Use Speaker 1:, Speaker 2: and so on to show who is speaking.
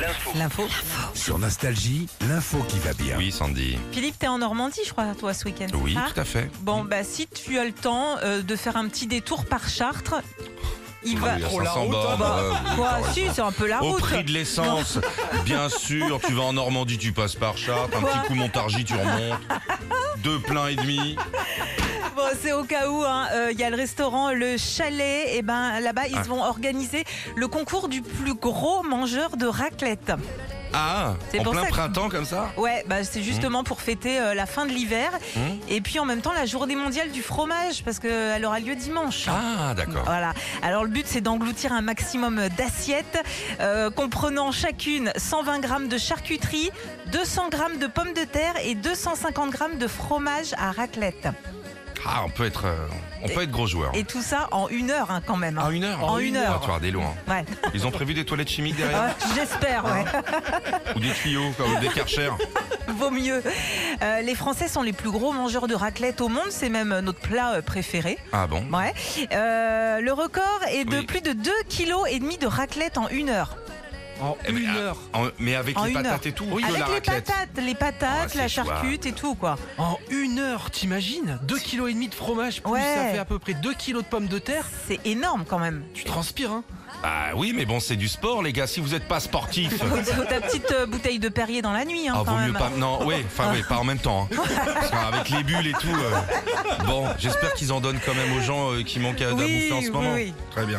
Speaker 1: L'info.
Speaker 2: L'info.
Speaker 3: Sur Nostalgie, l'info qui va bien.
Speaker 4: Oui, Sandy.
Speaker 2: Philippe, t'es en Normandie, je crois, toi, ce week-end. c'est
Speaker 4: Oui,
Speaker 2: ça
Speaker 4: tout à fait.
Speaker 2: Bon, bah, si tu as le temps euh, de faire un petit détour par Chartres, il
Speaker 4: Ah,
Speaker 2: va.
Speaker 4: il y a 500 bornes.
Speaker 2: Bah,
Speaker 4: ouais, oui,
Speaker 2: quoi,
Speaker 4: t'as
Speaker 2: si,
Speaker 4: raison.
Speaker 2: c'est un peu la
Speaker 4: euh, Au
Speaker 2: route.
Speaker 4: prix de l'essence, bien sûr. Tu vas en Normandie, tu passes par Chartres. Un
Speaker 2: Quoi
Speaker 4: petit coup Montargis, tu remontes. Deux pleins et demi.
Speaker 2: Bon, c'est au cas où, hein, euh, il y a le restaurant Le Chalet, et ben là-bas, ils
Speaker 4: Ah.
Speaker 2: vont organiser le concours du plus gros mangeur de raclette.
Speaker 4: Ah,
Speaker 2: C'est
Speaker 4: en
Speaker 2: pour
Speaker 4: plein
Speaker 2: ça que-
Speaker 4: printemps comme ça
Speaker 2: Ouais, bah, c'est justement
Speaker 4: Mmh.
Speaker 2: pour fêter euh, la fin de l'hiver,
Speaker 4: Mhm.
Speaker 2: et puis en même temps la journée mondiale du fromage, parce qu'elle aura lieu dimanche.
Speaker 4: Ah, d'accord.
Speaker 2: Voilà. Alors le but, c'est d'engloutir un maximum d'assiettes, euh, comprenant chacune 120 grammes de charcuterie, 200 grammes de pommes de terre et 250 grammes de fromage à raclette.
Speaker 4: Ah, on peut être, euh, on peut être gros joueur.
Speaker 2: Et tout ça en une heure hein, quand même.
Speaker 4: En
Speaker 2: hein.
Speaker 4: une heure
Speaker 2: En une heure.
Speaker 4: Ah, tu vas des loin.
Speaker 2: Ouais.
Speaker 4: Ils ont prévu des toilettes chimiques derrière
Speaker 2: Ouais, J'espère, ouais.
Speaker 4: Ah
Speaker 2: Ah.
Speaker 4: Ou des tuyaux, comme des karchers
Speaker 2: vaut mieux. Euh, les Français sont les plus gros mangeurs de raclette au monde, c'est même notre plat euh, préféré.
Speaker 4: Ah bon
Speaker 2: Ouais. Euh, le record est de
Speaker 4: Oui.
Speaker 2: plus de 2 kg et demi de raclette en une heure.
Speaker 5: En
Speaker 4: Eh ben,
Speaker 5: une
Speaker 4: ah,
Speaker 5: heure.
Speaker 4: en- mais avec
Speaker 2: En
Speaker 4: les
Speaker 2: une
Speaker 4: patates
Speaker 2: heure.
Speaker 4: et tout, de
Speaker 2: Avec
Speaker 4: la
Speaker 2: les
Speaker 4: raclette.
Speaker 2: patates, les patates,
Speaker 4: Oh,
Speaker 2: la
Speaker 4: c'est chouette.
Speaker 2: charcute et tout quoi.
Speaker 5: En une heure, t'imagines 2 kg et demi de fromage, plus
Speaker 2: Ouais.
Speaker 5: ça fait à peu près 2 kg de pommes de terre.
Speaker 2: C'est énorme quand même.
Speaker 5: Tu transpires, hein
Speaker 4: Ah oui, mais bon, c'est du sport, les gars. Si vous n'êtes pas sportif,
Speaker 2: Faut, faut ta petite euh, bouteille de Perrier dans la nuit, hein,
Speaker 4: Ah,
Speaker 2: quand
Speaker 4: vaut
Speaker 2: même.
Speaker 4: mieux pas. Non, oui, enfin, oui, pas en même temps. hein. Parce qu'avec les bulles et tout. euh, Bon, j'espère qu'ils en donnent quand même aux gens euh, qui manquent à, à
Speaker 2: Oui,
Speaker 4: bouffer en ce
Speaker 2: oui,
Speaker 4: moment.
Speaker 2: oui.
Speaker 4: Très bien.